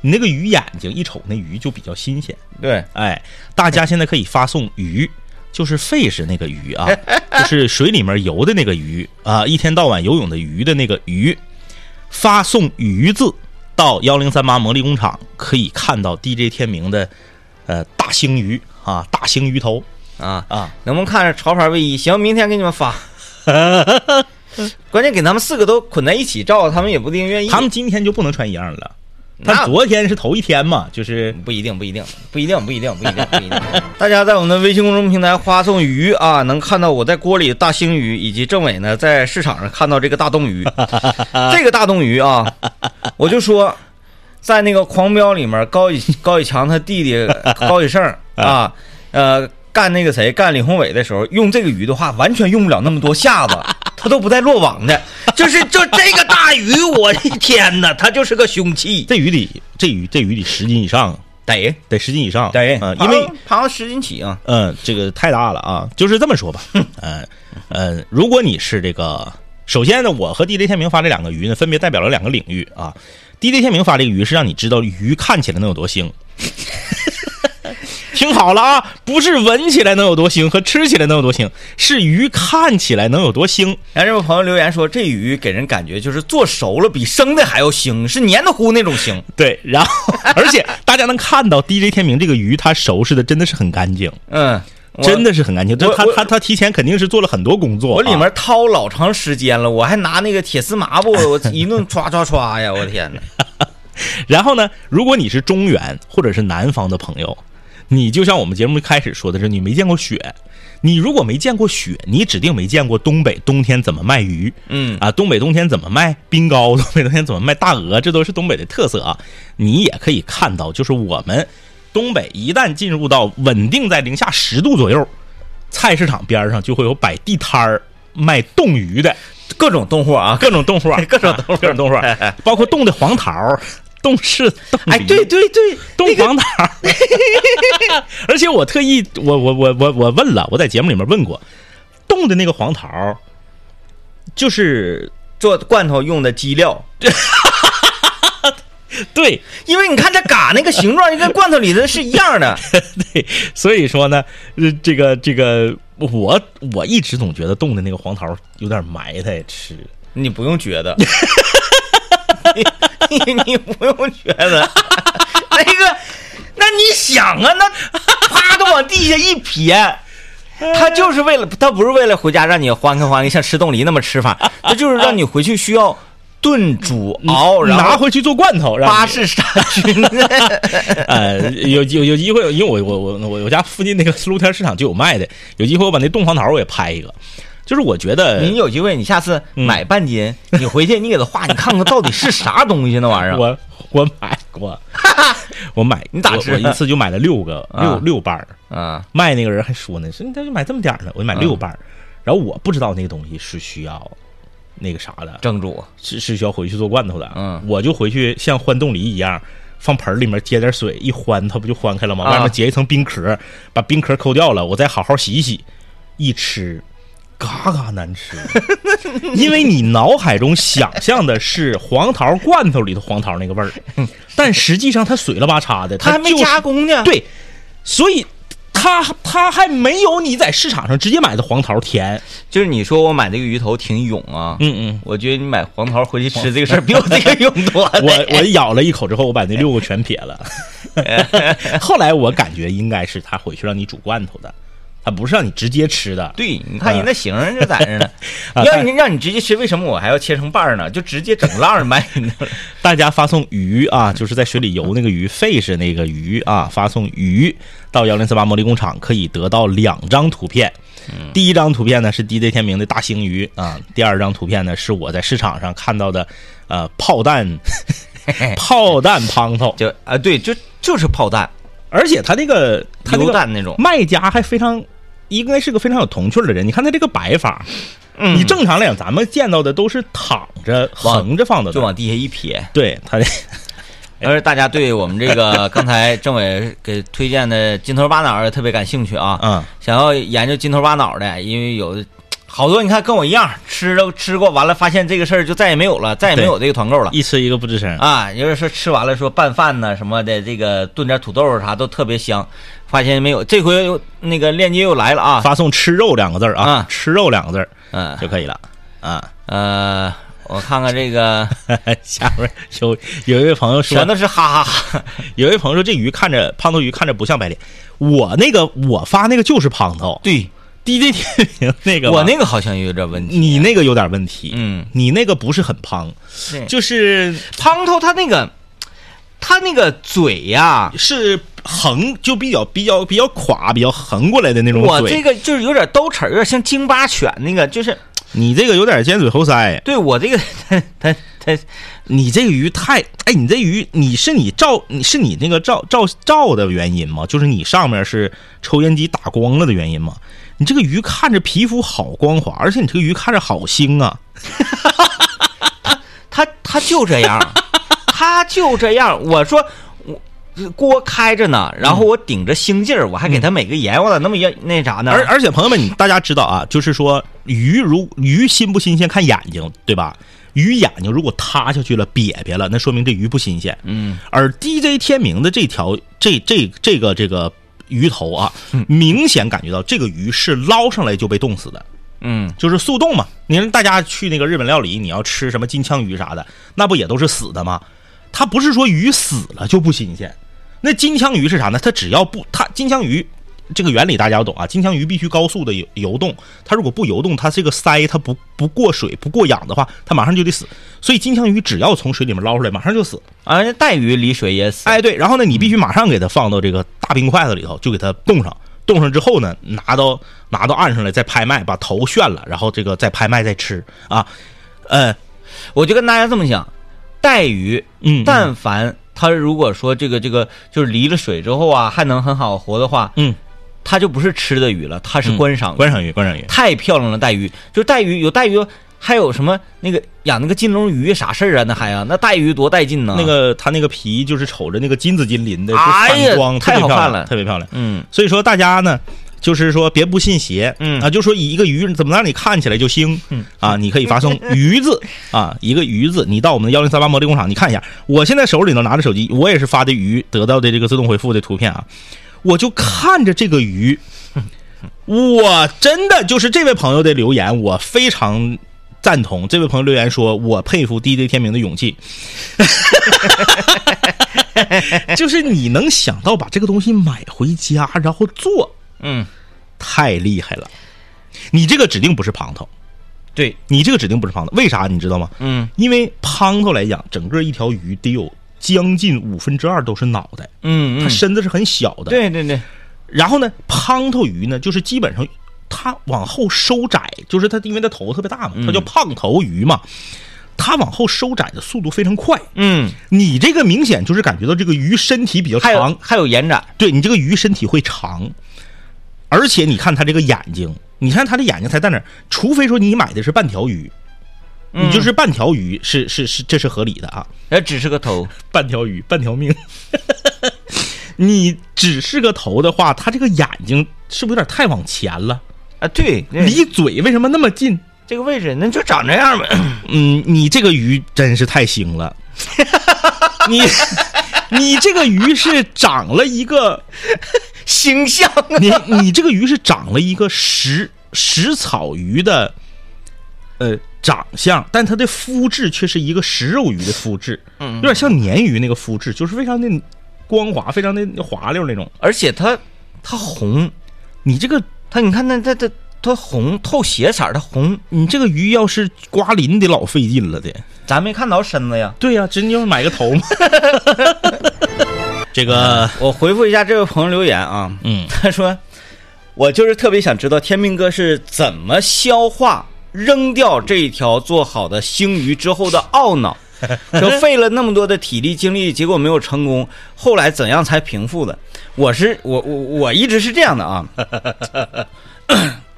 Speaker 4: 你那个鱼眼睛一瞅，那鱼就比较新鲜。
Speaker 3: 对，
Speaker 4: 哎，大家现在可以发送鱼，就是 fish 那个鱼 啊，就是水里面游的那个鱼啊，一天到晚游泳的鱼的那个鱼，发送“鱼”字到幺零三八魔力工厂，可以看到 DJ 天明的呃大型鱼啊，大型鱼头
Speaker 3: 啊，
Speaker 4: 啊，
Speaker 3: 能不能看着潮牌卫衣？行，明天给你们发。关键给他们四个都捆在一起照，他们也不一定愿意。
Speaker 4: 他们今天就不能穿一样了。
Speaker 3: 那
Speaker 4: 他昨天是头一天嘛，就是
Speaker 3: 不一定，不一定，不一定，不一定，不一定，不一 定。大家在我们的微信公众平台发送鱼啊，能看到我在锅里的大兴鱼，以及政委呢在市场上看到这个大冻 鱼，这个大冻鱼啊，我就说，在那个《狂飙》里面，高以高以强他弟弟高以胜啊，呃，干那个谁干李宏伟的时候，用这个鱼的话，完全用不了那么多下子。 他都不带落网的，就是就这个大鱼，我的天哪，它就是个凶 器，
Speaker 4: 这鱼得这鱼这鱼得十斤以上，
Speaker 3: 得
Speaker 4: 得十斤以上，
Speaker 3: 对，
Speaker 4: 啊、因为
Speaker 3: 螃蟹十斤起啊，
Speaker 4: 嗯，这个太大了啊，就是这么 说吧，嗯嗯，如果你是这个，首先呢，我和 DJ 天明发这两个鱼呢，分别代表了两个领域啊。DJ 天明发这个鱼是让你知道鱼看起来能有 多腥，听好了啊，不是闻起来能有多腥和吃起来能有多腥，是鱼看起来能有多腥。
Speaker 3: 然后这位朋友留言说，这鱼给人感觉就是做熟了比生的还要腥，是黏的糊那种腥。
Speaker 4: 对，然后而且大家能看到 DJ 天明这个鱼，它收拾的真的是很干净，
Speaker 3: 嗯，我
Speaker 4: 真，的是很干净。这
Speaker 3: 我
Speaker 4: 他
Speaker 3: 我
Speaker 4: 他他提前肯定是做了很多工作啊、
Speaker 3: 我里面掏老长时间了，我还拿那个铁丝抹布，我一顿刷刷刷 呀，我天哪！
Speaker 4: 然后呢，如果你是中原或者是南方的朋友，你就像我们节目开始说的是，你没见过雪。你如果没见过雪，你指定没见过东北冬天怎么卖鱼，
Speaker 3: 嗯
Speaker 4: 啊，东北冬天怎么卖冰糕， 东北冬天怎么卖大鹅，这都是东北的特色啊。你也可以看到，就是我们东北一旦进入到稳定在零下十度左右，菜市场边上就会有摆地摊儿卖冻鱼的，
Speaker 3: 各种冻货啊，
Speaker 4: 各种冻货 儿，各哎
Speaker 3: 种
Speaker 4: 冻各种冻货儿，包括冻的黄桃儿、冻柿、冻
Speaker 3: 哎，
Speaker 4: 梨
Speaker 3: 对对对，
Speaker 4: 冻黄桃 儿。而且我特意，我我我我我问了，我在节目里面问过，冻的那个黄桃儿，就是
Speaker 3: 做罐头用的鸡料，
Speaker 4: 对
Speaker 3: 因为你看它嘎那个形 状，就跟罐头里的是一样的。
Speaker 4: 对，所以说呢，呃，这个这个，我我一直总觉得冻的那个黄桃有点埋汰吃。
Speaker 3: 你不用觉得，你你你不用觉得， 那个，那你想啊，那啪的往地下一 撇，他就是为了，他不是为了回家让你欢开欢开，像吃冻梨那么 吃法，他就是让你回去需要炖煮熬，然
Speaker 4: 嗯拿
Speaker 3: 后
Speaker 4: 回去做罐头，让
Speaker 3: 巴
Speaker 4: 你
Speaker 3: 氏杀菌。
Speaker 4: 呃，有有有机会，因为我我我我我家附近那个露天市场就有卖的，有机会我把那冻黄桃我也拍一个。就是我觉得
Speaker 3: 你有机会，你下次
Speaker 4: 嗯
Speaker 3: 买半斤，你回去你给他画，你看看到底是啥东西那玩意儿。
Speaker 4: 我我买过，啊 我买
Speaker 3: 你咋
Speaker 4: 我
Speaker 3: 吃
Speaker 4: 我
Speaker 3: 啊
Speaker 4: 一次就买了六个六
Speaker 3: 啊
Speaker 4: 六瓣儿，
Speaker 3: 啊，
Speaker 4: 卖那个人还说呢，说你咋就买这么点儿呢？我就买六瓣儿，然后我不知道那个东西是需要那个啥的，
Speaker 3: 蒸煮
Speaker 4: 是是需要回去做罐头的。啊
Speaker 3: 嗯
Speaker 4: 我就回去像欢冻梨一样，放盆儿里面接点水，一欢它不就欢开了吗？
Speaker 3: 啊
Speaker 4: 外面结一层冰壳，把冰壳抠掉了，我再好好洗一洗，一吃。嘎嘎 难吃，因为你脑海中想象的是黄桃罐头里头黄桃那个味儿，但实际上它水了吧叉的，
Speaker 3: 它还没
Speaker 4: 就是
Speaker 3: 加工呢。
Speaker 4: 对，所以它它还没有你在市场上直接买的黄桃甜。
Speaker 3: 就是你说我买这个鱼头挺勇啊，
Speaker 4: 嗯
Speaker 3: 我觉得你买黄桃回去吃这个事儿比我这个勇多了。
Speaker 4: 嗯，我我咬了一口之后，我把那六个全撇了。后来我感觉应该是他回去让你煮罐头的，他不是让你直接吃的。
Speaker 3: 对，你看你那形儿就在那儿呢。
Speaker 4: 啊
Speaker 3: 要你让你直接吃，为什么我还要切成瓣儿呢？就直接整烂儿买你那儿。
Speaker 4: 大家发送鱼啊，就是在水里游那个鱼，fish 那个鱼啊，发送鱼到幺零四八魔力工厂，可以得到两张图片。
Speaker 3: 嗯
Speaker 4: 第一张图片呢是 DJ 天明的大型鱼啊，第二张图片呢是我在市场上看到的，呃，炮 弹炮弹滂头，
Speaker 3: 就 啊，对，就就是炮弹、
Speaker 4: 而且他那个他那
Speaker 3: 榴
Speaker 4: 个嗯
Speaker 3: 弹那种。
Speaker 4: 卖家还非常。应该是个非常有童趣儿的人，你看他这个摆法，
Speaker 3: 嗯
Speaker 4: 你正常来讲，咱们见到的都是躺着、
Speaker 3: 往
Speaker 4: 横着放的，
Speaker 3: 就往地下一撇。
Speaker 4: 对他这哎
Speaker 3: 而大家对我们这个刚才政委给推荐的金头巴脑儿也特别感兴趣啊，
Speaker 4: 嗯
Speaker 3: 想要研究金头巴脑的，因为有的好多你看跟我一样吃都吃过，完了发现这个事儿就再也没有了，再也没有这个团购了。
Speaker 4: 一吃一个不吱 声，
Speaker 3: 啊，有人说吃完了说拌饭呢什么的，这个炖点土豆儿啥都特别香，发现没有，这回又那个链接又来了啊，
Speaker 4: 发送“吃肉”两个字儿啊
Speaker 3: 啊，
Speaker 4: 吃肉两个字儿
Speaker 3: 嗯
Speaker 4: 就可以了啊。
Speaker 3: 呃，我看看这 个
Speaker 4: 下面有有一位朋友
Speaker 3: 全
Speaker 4: 说，
Speaker 3: 都是哈哈哈，
Speaker 4: 有一位朋友说这鱼看着胖头鱼看着不像白脸，我那个我发那个就是胖头
Speaker 3: 对
Speaker 4: ，DJ 天明那个吧
Speaker 3: 我那个好像有点问题，
Speaker 4: 你那个有点问题，
Speaker 3: 嗯，
Speaker 4: 你那个不是很胖，
Speaker 3: 对
Speaker 4: 就是
Speaker 3: 胖头他那个他那个嘴呀、
Speaker 4: 是横就比较比较比较垮比较横过来的那种
Speaker 3: 我这
Speaker 4: 嘴，
Speaker 3: 个就是有点兜齿儿，有点像京巴犬那个，就是
Speaker 4: 你这个有点尖嘴猴腮，
Speaker 3: 对我这个 他他他
Speaker 4: 你这个鱼太哎，你这鱼你是你照你是你那个照照照的原因吗？就是你上面是抽烟机打光了的原因吗？你这个鱼看着皮肤好光滑，而且你这个鱼看着好腥啊！
Speaker 3: 他他就这样，他就这样。我说我锅开着呢，然后我顶着腥劲儿，我还给他每个盐，我咋那么要那啥呢？
Speaker 4: 嗯而而且朋友们，你大家知道啊，就是说鱼如鱼新不新鲜看眼睛，对吧？鱼眼睛如果塌下去了、瘪瘪了，那说明这鱼不新鲜。
Speaker 3: 嗯，
Speaker 4: 而 DJ 天明的这条这这这个这个鱼头啊，
Speaker 3: 嗯
Speaker 4: 明显感觉到这个鱼是捞上来就被冻死的。
Speaker 3: 嗯，
Speaker 4: 就是速冻嘛。你看大家去那个日本料理，你要吃什么金枪鱼啥的，那不也都是死的吗？它不是说鱼死了就不新鲜。那金枪鱼是啥呢？它只要不它金枪鱼这个原理大家要懂啊，金枪鱼必须高速的游游动，它如果不游动，它这个鳃它不不过水不过氧的话，它马上就得死。所以金枪鱼只要从水里面捞出来，马上就死。
Speaker 3: 而且带鱼离水也死。
Speaker 4: 哎，对，然后呢，你必须马上给它放到这个大冰块子里头，就给它冻上。冻上之后呢，拿到拿到岸上来再拍卖，把头炫了，然后这个再拍卖再吃啊。呃，
Speaker 3: 我就跟大家这么讲，带鱼，
Speaker 4: 嗯嗯
Speaker 3: 但凡它如果说这个这个就是离了水之后啊，还能很好活的话，
Speaker 4: 嗯，
Speaker 3: 它就不是吃的鱼了，它是观赏鱼。
Speaker 4: 观赏鱼，观赏鱼，
Speaker 3: 太漂亮了，带鱼就是带鱼，有带鱼，还有什么那个养那个金龙鱼啥事儿啊？那还啊，那带鱼多带劲呢。
Speaker 4: 那，个它那个皮就是瞅着那个金子金鳞的，就
Speaker 3: 哎呀
Speaker 4: 反光，特
Speaker 3: 太
Speaker 4: 别
Speaker 3: 好
Speaker 4: 漂
Speaker 3: 看
Speaker 4: 亮
Speaker 3: 了
Speaker 4: 特别漂亮。
Speaker 3: 嗯，
Speaker 4: 所以说大家呢，就是说别不信邪，
Speaker 3: 嗯
Speaker 4: 啊，就说以一个鱼怎么让你看起来就腥，
Speaker 3: 嗯
Speaker 4: 啊，你可以发送鱼 字啊，一个鱼字，你到我们的幺零三八魔力工厂，你看一下，我现在手里头拿着手机，我也是发的鱼得到的这个自动回复的图片啊，我就看着这个鱼，我真的就是这位朋友的留言，我非常赞同。这位朋友留言说：“我佩服 DJ 天明的勇 气，就是你能想到把这个东西买回家然后做，
Speaker 3: 嗯，
Speaker 4: 太厉害了。你这个指定不是榔头，
Speaker 3: 对，
Speaker 4: 你这个指定不是榔头，为啥你知道吗？
Speaker 3: 嗯
Speaker 4: 因为榔头来讲，整个一条鱼得有将近五分之二都是脑袋，
Speaker 3: 嗯
Speaker 4: 它
Speaker 3: 嗯，
Speaker 4: 身子是很小的。
Speaker 3: 对对对，
Speaker 4: 然后呢，胖头鱼呢，就是基本上它往后收窄，就是它因为它头特别大嘛，
Speaker 3: 嗯
Speaker 4: 它叫胖头鱼嘛，它往后收窄的速度非常快。
Speaker 3: 嗯，
Speaker 4: 你这个明显就是感觉到这个鱼身体比较
Speaker 3: 还有
Speaker 4: 长，
Speaker 3: 还有延展，
Speaker 4: 对你这个鱼身体会长，而且你看它这个眼睛，你看它的眼睛才在哪儿，除非说你买的是半条鱼，你就是半条鱼是是是这是合理的啊，
Speaker 3: 那只是个头，
Speaker 4: 半条鱼半条命。 你只是个头的话，它这个眼睛是不是有点太往前了？
Speaker 3: 啊，对，那
Speaker 4: 离嘴为什么那么近？
Speaker 3: 这个位置那就长这样呗，
Speaker 4: 嗯，你这个鱼真是太腥了， 你 你这个鱼是长了一个，
Speaker 3: 形象，啊
Speaker 4: 你你这个鱼是长了一个食食草鱼的，呃，长相，但它的肤质却是一个食肉鱼的肤质，有点像鲶鱼那个肤质，就是非常的光滑，非常的滑溜那种。
Speaker 3: 而且它它红，
Speaker 4: 你这个
Speaker 3: 它你看它它它它红透血色儿，它红，
Speaker 4: 你这个鱼要是刮鳞得老费劲了的。
Speaker 3: 咱没看着身子呀。
Speaker 4: 对呀、真要买个头吗？这个，
Speaker 3: 嗯我回复一下这位朋友留言啊，
Speaker 4: 嗯
Speaker 3: 他说我就是特别想知道天明哥是怎么消化扔掉这一条做好的星鱼之后的懊 恼，说费了那么多的体力精力，结果没有成功，后来怎样才平复的？我是我我我一直是这样的 啊，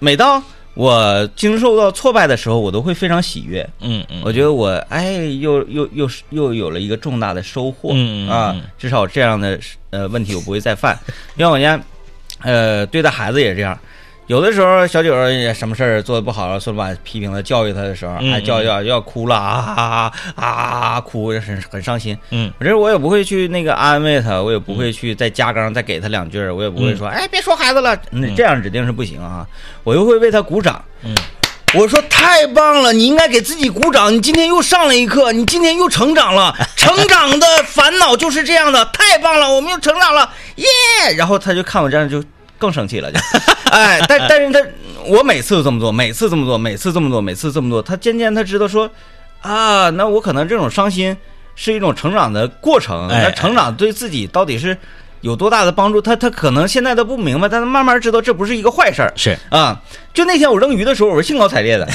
Speaker 3: 每当我经受到挫败的时候，我都会非常喜悦，
Speaker 4: 嗯嗯，
Speaker 3: 我觉得我哎，又又又是又有了一个重大的收获、
Speaker 4: 嗯嗯
Speaker 3: 啊
Speaker 4: 嗯！
Speaker 3: 至少这样的呃问题我不会再 犯。因为我家呃对待孩子也是这样，有的时候小九儿也什么事儿做的不好了，孙老板批评他、教育他的时候，
Speaker 4: 嗯
Speaker 3: 哎
Speaker 4: 嗯
Speaker 3: 教育要要哭了啊啊啊哭，很很伤心。
Speaker 4: 嗯
Speaker 3: 我这我也不会去那个安慰他，我也不会去再加刚再给他两句儿，我也不
Speaker 4: 嗯
Speaker 3: 会说、哎别说孩子了，那这样指定是不行啊！我又会为他鼓掌，
Speaker 4: 嗯，
Speaker 3: 我说太棒了，你应该给自己鼓掌，你今天又上了一课，你今天又成长了，成长的烦恼就是这样的，太棒了，我们又成长了，耶！然后他就看我这样就更生气了，就，哎，但但是他我每次都这么做，每次这么做，每次这么做，每次这么做，他渐渐他知道说啊，那我可能这种伤心是一种成长的过程，
Speaker 4: 哎
Speaker 3: 那成长对自己到底是有多大的帮助？他他可能现在都不明白，但他慢慢知道这不是一个坏事儿
Speaker 4: 是，
Speaker 3: 啊。就那天我扔鱼的时候，我是兴高采烈的，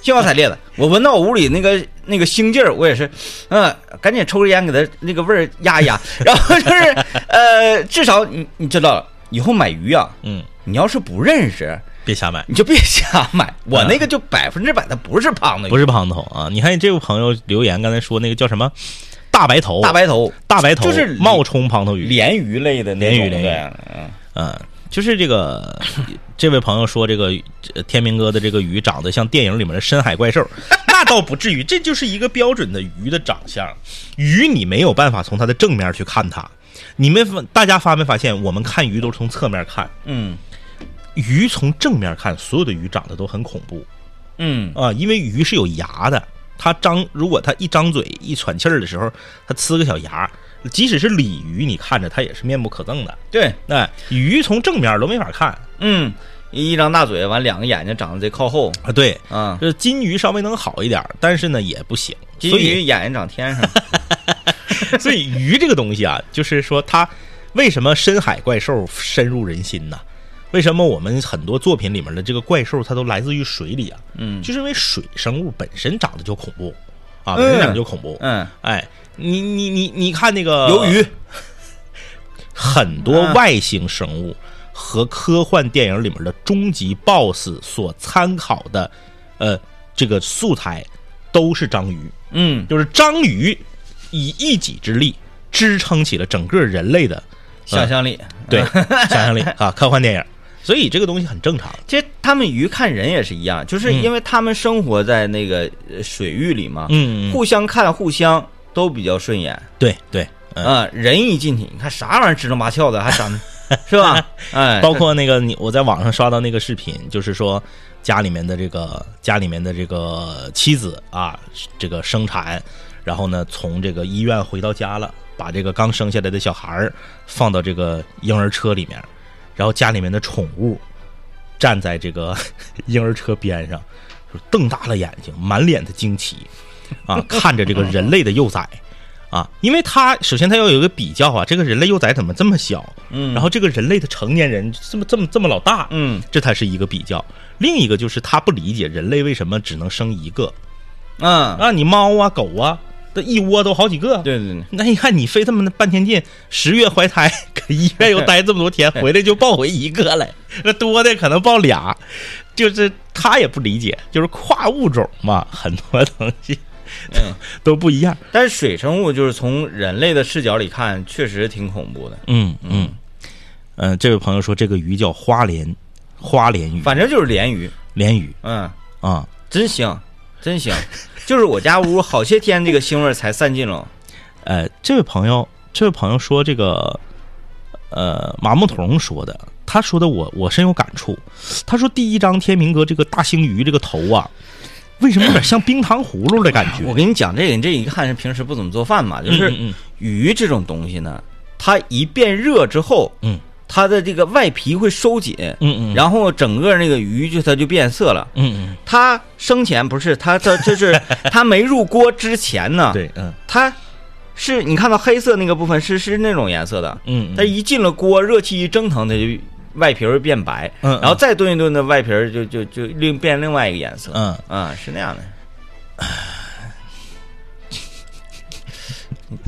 Speaker 3: 兴高采烈的。我闻到我屋里那个那个腥劲儿，我也是，嗯、赶紧抽根烟给它那个味儿压一压。然后就是呃，至少你你知道了，以后买鱼啊，
Speaker 4: 嗯，
Speaker 3: 你要是不认识，
Speaker 4: 别瞎买，
Speaker 3: 你就别瞎买。我那个就百分之百，它不是胖的鱼，
Speaker 4: 不是胖头啊！你看这位朋友留言，刚才说那个叫什么大白头，
Speaker 3: 大白头。
Speaker 4: 大白头，
Speaker 3: 就是
Speaker 4: 冒充胖头鱼，
Speaker 3: 鲢鱼类的那
Speaker 4: 鲢鱼
Speaker 3: 种
Speaker 4: 鲢鱼
Speaker 3: 的，嗯
Speaker 4: 嗯，就是这个 这位朋友说这个呃天明哥的这个鱼长得像电影里面的深海怪兽，那倒不至于，这就是一个标准的鱼的长相。鱼你没有办法从它的正面去看它，你们发大家发没发现，我们看鱼都是从侧面看，
Speaker 3: 嗯
Speaker 4: 鱼从正面看，所有的鱼长得都很恐怖
Speaker 3: 嗯，
Speaker 4: 啊，因为鱼是有牙的，它张如果它一张嘴一喘气儿的时候，它呲个小牙，即使是鲤鱼，你看着它也是面目可憎的。
Speaker 3: 对，
Speaker 4: 哎，鱼从正面都没法看
Speaker 3: 嗯，一张大嘴，完两个眼睛长得贼靠后，
Speaker 4: 啊，对。
Speaker 3: 啊，
Speaker 4: 这金鱼稍微能好一点儿，但是呢也不行。
Speaker 3: 金
Speaker 4: 所以
Speaker 3: 鱼眼睛长天上，
Speaker 4: 所以鱼这个东西啊，就是说它为什么深海怪兽深入人心呢？为什么我们很多作品里面的这个怪兽它都来自于水里啊？
Speaker 3: 嗯
Speaker 4: 就是因为水生物本身长得就恐怖啊，本身长得就恐怖。
Speaker 3: 嗯，
Speaker 4: 哎，你你你你看那个
Speaker 3: 鱿鱼，嗯
Speaker 4: 很多外星生物和科幻电影里面的终极 BOSS 所参考的，呃，这个素材都是章鱼，
Speaker 3: 嗯
Speaker 4: 就是章鱼以一己之力支撑起了整个人类的嗯
Speaker 3: 想象力，
Speaker 4: 对想象力啊，科幻电影。所以这个东西很正常。
Speaker 3: 其实他们鱼看人也是一样，就是因为他们生活在那个呃水域里嘛，
Speaker 4: 嗯，
Speaker 3: 互相看互相都比较顺眼
Speaker 4: 对对，嗯，
Speaker 3: 啊、人一进去，你看啥玩意儿支棱八翘的，还长，是 吧？哎，
Speaker 4: 包括那个你我在网上刷到那个视频，就是说家里面的这个家里面的这个妻子啊，这个生产，然后呢从这个医院回到家了，把这个刚生下来的小孩儿放到这个婴儿车里面，然后家里面的宠物站在这个 婴儿车边上，就瞪大了眼睛，满脸的惊奇 啊，看着这个人类的幼崽。啊，因为他首先他要有一个比较啊，这个人类幼崽怎么这么小？
Speaker 3: 嗯
Speaker 4: 然后这个人类的成年人这么这么这么老大，
Speaker 3: 嗯
Speaker 4: 这才是一个比较。另一个就是他不理解人类为什么只能生一个
Speaker 3: 嗯，
Speaker 4: 啊，你猫啊狗啊，这一窝都好几个。，
Speaker 3: 对对对，
Speaker 4: 那你看你费这么半天劲，十月怀胎， 搁医院又待这么多 天，回来就抱回一个来， 那多的可能抱俩。就是他也不理解，就是跨物种嘛， 很多东西
Speaker 3: 嗯，
Speaker 4: 都不一样。
Speaker 3: 但是水生物就是从人类的视角里看，确实挺恐怖的。
Speaker 4: 嗯嗯，嗯、这位朋友说这个鱼叫花鲢，花鲢鱼，
Speaker 3: 反正就是鲢鱼，
Speaker 4: 鲢鱼
Speaker 3: 嗯，
Speaker 4: 啊。
Speaker 3: 真香，真香。就是我家屋好些天这个腥味儿才散尽了。
Speaker 4: 呃，这位朋友，这位朋友说这个，呃，马牧童说的，他说的我我深有感触。他说第一章《天明阁》这个大星鱼这个头啊，为什么有点像冰糖葫芦的感觉？
Speaker 3: 我跟你讲这个，你这一看是平时不怎么做饭嘛，就
Speaker 4: 嗯
Speaker 3: 是
Speaker 4: 嗯
Speaker 3: 鱼这种东西呢，它一变热之后，
Speaker 4: 嗯
Speaker 3: 它的这个外皮会收紧，
Speaker 4: 嗯嗯，后
Speaker 3: 然后整个那个鱼就它就变色了。
Speaker 4: 嗯
Speaker 3: 它生前不是它它就是 它没入锅之前呢
Speaker 4: 嗯，，对，嗯
Speaker 3: 它是你看到黑色那个部分是是那种颜色的，
Speaker 4: 嗯，
Speaker 3: 它一进了锅，热气一蒸腾，它就外皮儿变白，
Speaker 4: 嗯
Speaker 3: 然后再炖一炖，那外皮儿就就就另变另外一个颜色，
Speaker 4: 嗯
Speaker 3: 啊，是那样 的。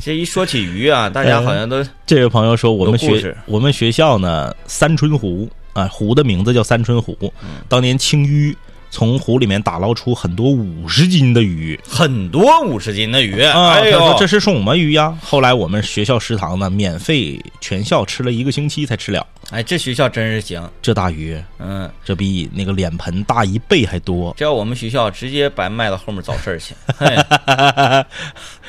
Speaker 3: 这一说起鱼啊，大家好像都
Speaker 4: 这位朋友说，我们
Speaker 3: 有故
Speaker 4: 学
Speaker 3: 事
Speaker 4: 我们学校呢，三春湖啊，湖的名字叫三春湖。当年清淤从湖里面打捞出很多五十斤的鱼
Speaker 3: 很多五十斤的鱼，
Speaker 4: 啊，
Speaker 3: 哎
Speaker 4: 他说
Speaker 3: 呦，
Speaker 4: 这是什么鱼呀？后来我们学校食堂呢，免费全校吃了一个星期才吃了，
Speaker 3: 哎，这学校真是行，
Speaker 4: 这大鱼，
Speaker 3: 嗯，
Speaker 4: 这比那个脸盆大一倍还多。
Speaker 3: 这要我们学校直接把卖到后面找事儿 去，嘿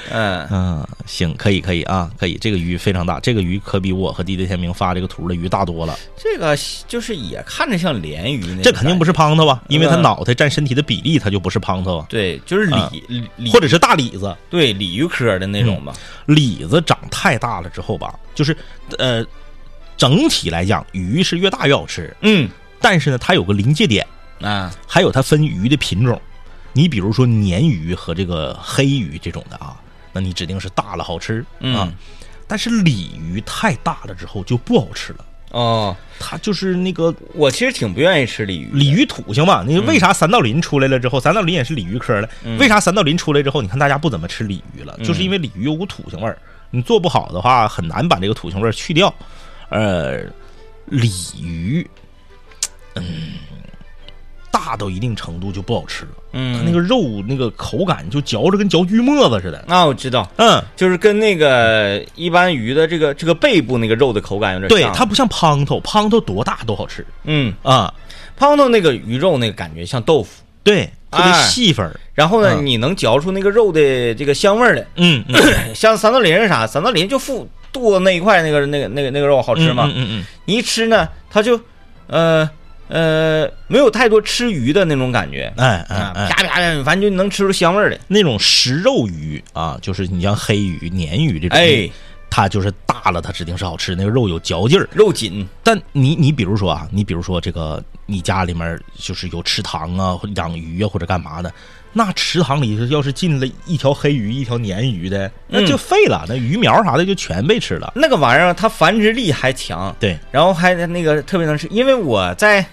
Speaker 3: 嗯，
Speaker 4: 嗯，行，可以，可以啊，可以。这个鱼非常大，这个鱼可比我和地地天明发这个图的鱼大多了。
Speaker 3: 这个就是也看着像鲢鱼那，
Speaker 4: 这肯定不
Speaker 3: 是，
Speaker 4: 是胖头啊，因为它
Speaker 3: 嗯
Speaker 4: 脑袋占身体的比例，它就不是胖头啊，
Speaker 3: 对，就是
Speaker 4: 啊
Speaker 3: 鲤鲤鲤
Speaker 4: 或者是大李子。
Speaker 3: 对鲤鱼科的那种吧，
Speaker 4: 李子长太大了之后吧，就是呃，整体来讲，鱼是越大越好吃，
Speaker 3: 嗯
Speaker 4: 但是呢，它有个临界点，
Speaker 3: 啊，
Speaker 4: 还有它分鱼的品种。你比如说鲶鱼和这个黑鱼这种的啊，那你指定是大了好吃啊。
Speaker 3: 嗯
Speaker 4: 但是鲤鱼太大了之后就不好吃了，
Speaker 3: 哦，
Speaker 4: 它就是那个
Speaker 3: 我其实挺不愿意吃鲤鱼的，
Speaker 4: 鲤鱼土性吧。你
Speaker 3: 嗯
Speaker 4: 为啥三道鳞出来了之后，三道鳞也是鲤鱼科的，为啥三道鳞出来之后，你看大家不怎么吃鲤鱼
Speaker 3: 嗯
Speaker 4: 了，就是因为鲤鱼有股土腥味儿，你做不好的话很难把这个土腥味儿去掉。呃，鲤鱼，嗯，大到一定程度就不好吃了，它
Speaker 3: 嗯，
Speaker 4: 那个肉那个口感就嚼着跟嚼锯沫子似的。
Speaker 3: 那我知道，
Speaker 4: 嗯，
Speaker 3: 就是跟那个一般鱼的这个这个背部那个肉的口感有点
Speaker 4: 对，
Speaker 3: 像
Speaker 4: 它不像胖头，胖头多大都好吃
Speaker 3: 嗯，
Speaker 4: 啊。
Speaker 3: 胖头那个鱼肉那个感觉像豆腐，
Speaker 4: 对，特别
Speaker 3: 哎
Speaker 4: 细粉儿。
Speaker 3: 然后呢，
Speaker 4: 嗯
Speaker 3: 你能嚼出那个肉的这个香味儿来，
Speaker 4: 嗯嗯，嗯
Speaker 3: 像三道鳞是啥？三道鳞就附肚子那一块那个那个那个那个肉好吃吗？
Speaker 4: 嗯嗯嗯，
Speaker 3: 你一吃呢，它就呃呃没有太多吃鱼的那种感觉
Speaker 4: 嗯，哎哎
Speaker 3: 啊，
Speaker 4: 哎，
Speaker 3: 啪啪啪，反正就能吃出香味儿来。
Speaker 4: 那种食肉鱼啊，就是你像黑鱼、鲶鱼这种，
Speaker 3: 哎，
Speaker 4: 它就是大了，它指定是好吃，那个肉有嚼劲儿。
Speaker 3: 肉紧，
Speaker 4: 但你你比如说啊，你比如说这个，你家里面就是有池塘啊，或者养鱼啊，或者干嘛的，那池塘里要是进了一条黑鱼、一条鲶鱼的，那就废了，那鱼苗啥的就全被吃了。
Speaker 3: 那个玩意儿它繁殖力还强，
Speaker 4: 对，
Speaker 3: 然后还那个特别能吃，因为我在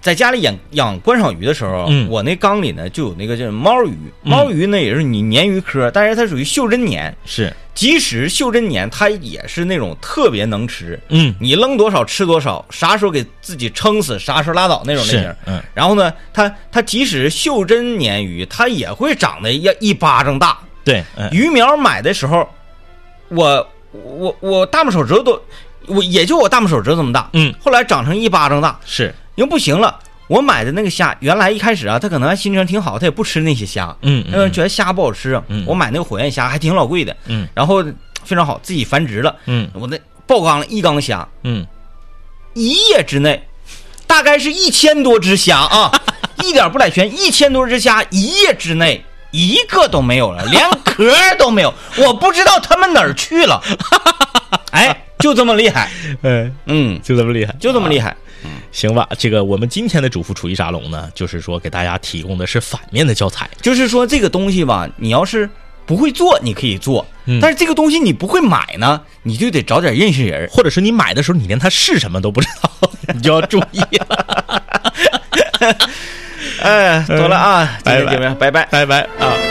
Speaker 3: 在家里养养观赏鱼的时候，
Speaker 4: 嗯
Speaker 3: 我那缸里呢就有那个就是猫鱼，猫鱼呢也是你鲶鱼科，但是它属于袖珍鲶，
Speaker 4: 是，
Speaker 3: 即使袖珍鲶，它也是那种特别能吃，
Speaker 4: 嗯，
Speaker 3: 你扔多少吃多少，啥时候给自己撑死，啥时候拉倒那种类型
Speaker 4: 是。，嗯，
Speaker 3: 然后呢，它它即使袖珍鲶鱼，它也会长得要一巴掌大，
Speaker 4: 对，嗯，
Speaker 3: 鱼苗买的时候，我我我大拇手指头都我也就我大拇手指头这么大，
Speaker 4: 嗯，
Speaker 3: 后来长成一巴掌大，
Speaker 4: 是，
Speaker 3: 因为不行了。我买的那个虾，原来一开始啊，他可能还心情挺好，他也不吃那些虾，
Speaker 4: 嗯
Speaker 3: 因为觉得虾不好吃。啊
Speaker 4: 嗯
Speaker 3: 我买那个火焰虾还挺老贵的，
Speaker 4: 嗯
Speaker 3: 然后非常好，自己繁殖了。
Speaker 4: 嗯
Speaker 3: 我那爆缸了一缸虾，
Speaker 4: 嗯，
Speaker 3: 一夜之内，大概是一千多只虾啊，一点不赖全，一千多只虾一夜之内一个都没有了，连壳儿都没有，我不知道他们哪儿去了。哎，就这么厉害，
Speaker 4: 哎，
Speaker 3: 嗯，
Speaker 4: 就这么厉害，
Speaker 3: 就这么厉害。
Speaker 4: 行吧，这个我们今天的主妇厨艺沙龙呢，就是说给大家提供的是反面的教材。
Speaker 3: 就是说这个东西吧，你要是不会做，你可以做
Speaker 4: 嗯；
Speaker 3: 但是这个东西你不会买呢，你就得找点认识人儿。
Speaker 4: 或者是你买的时候，你连它是什么都不知道， 你就要注意了。
Speaker 3: 嗯哎，走了啊，今天节目拜拜。
Speaker 4: 拜拜啊！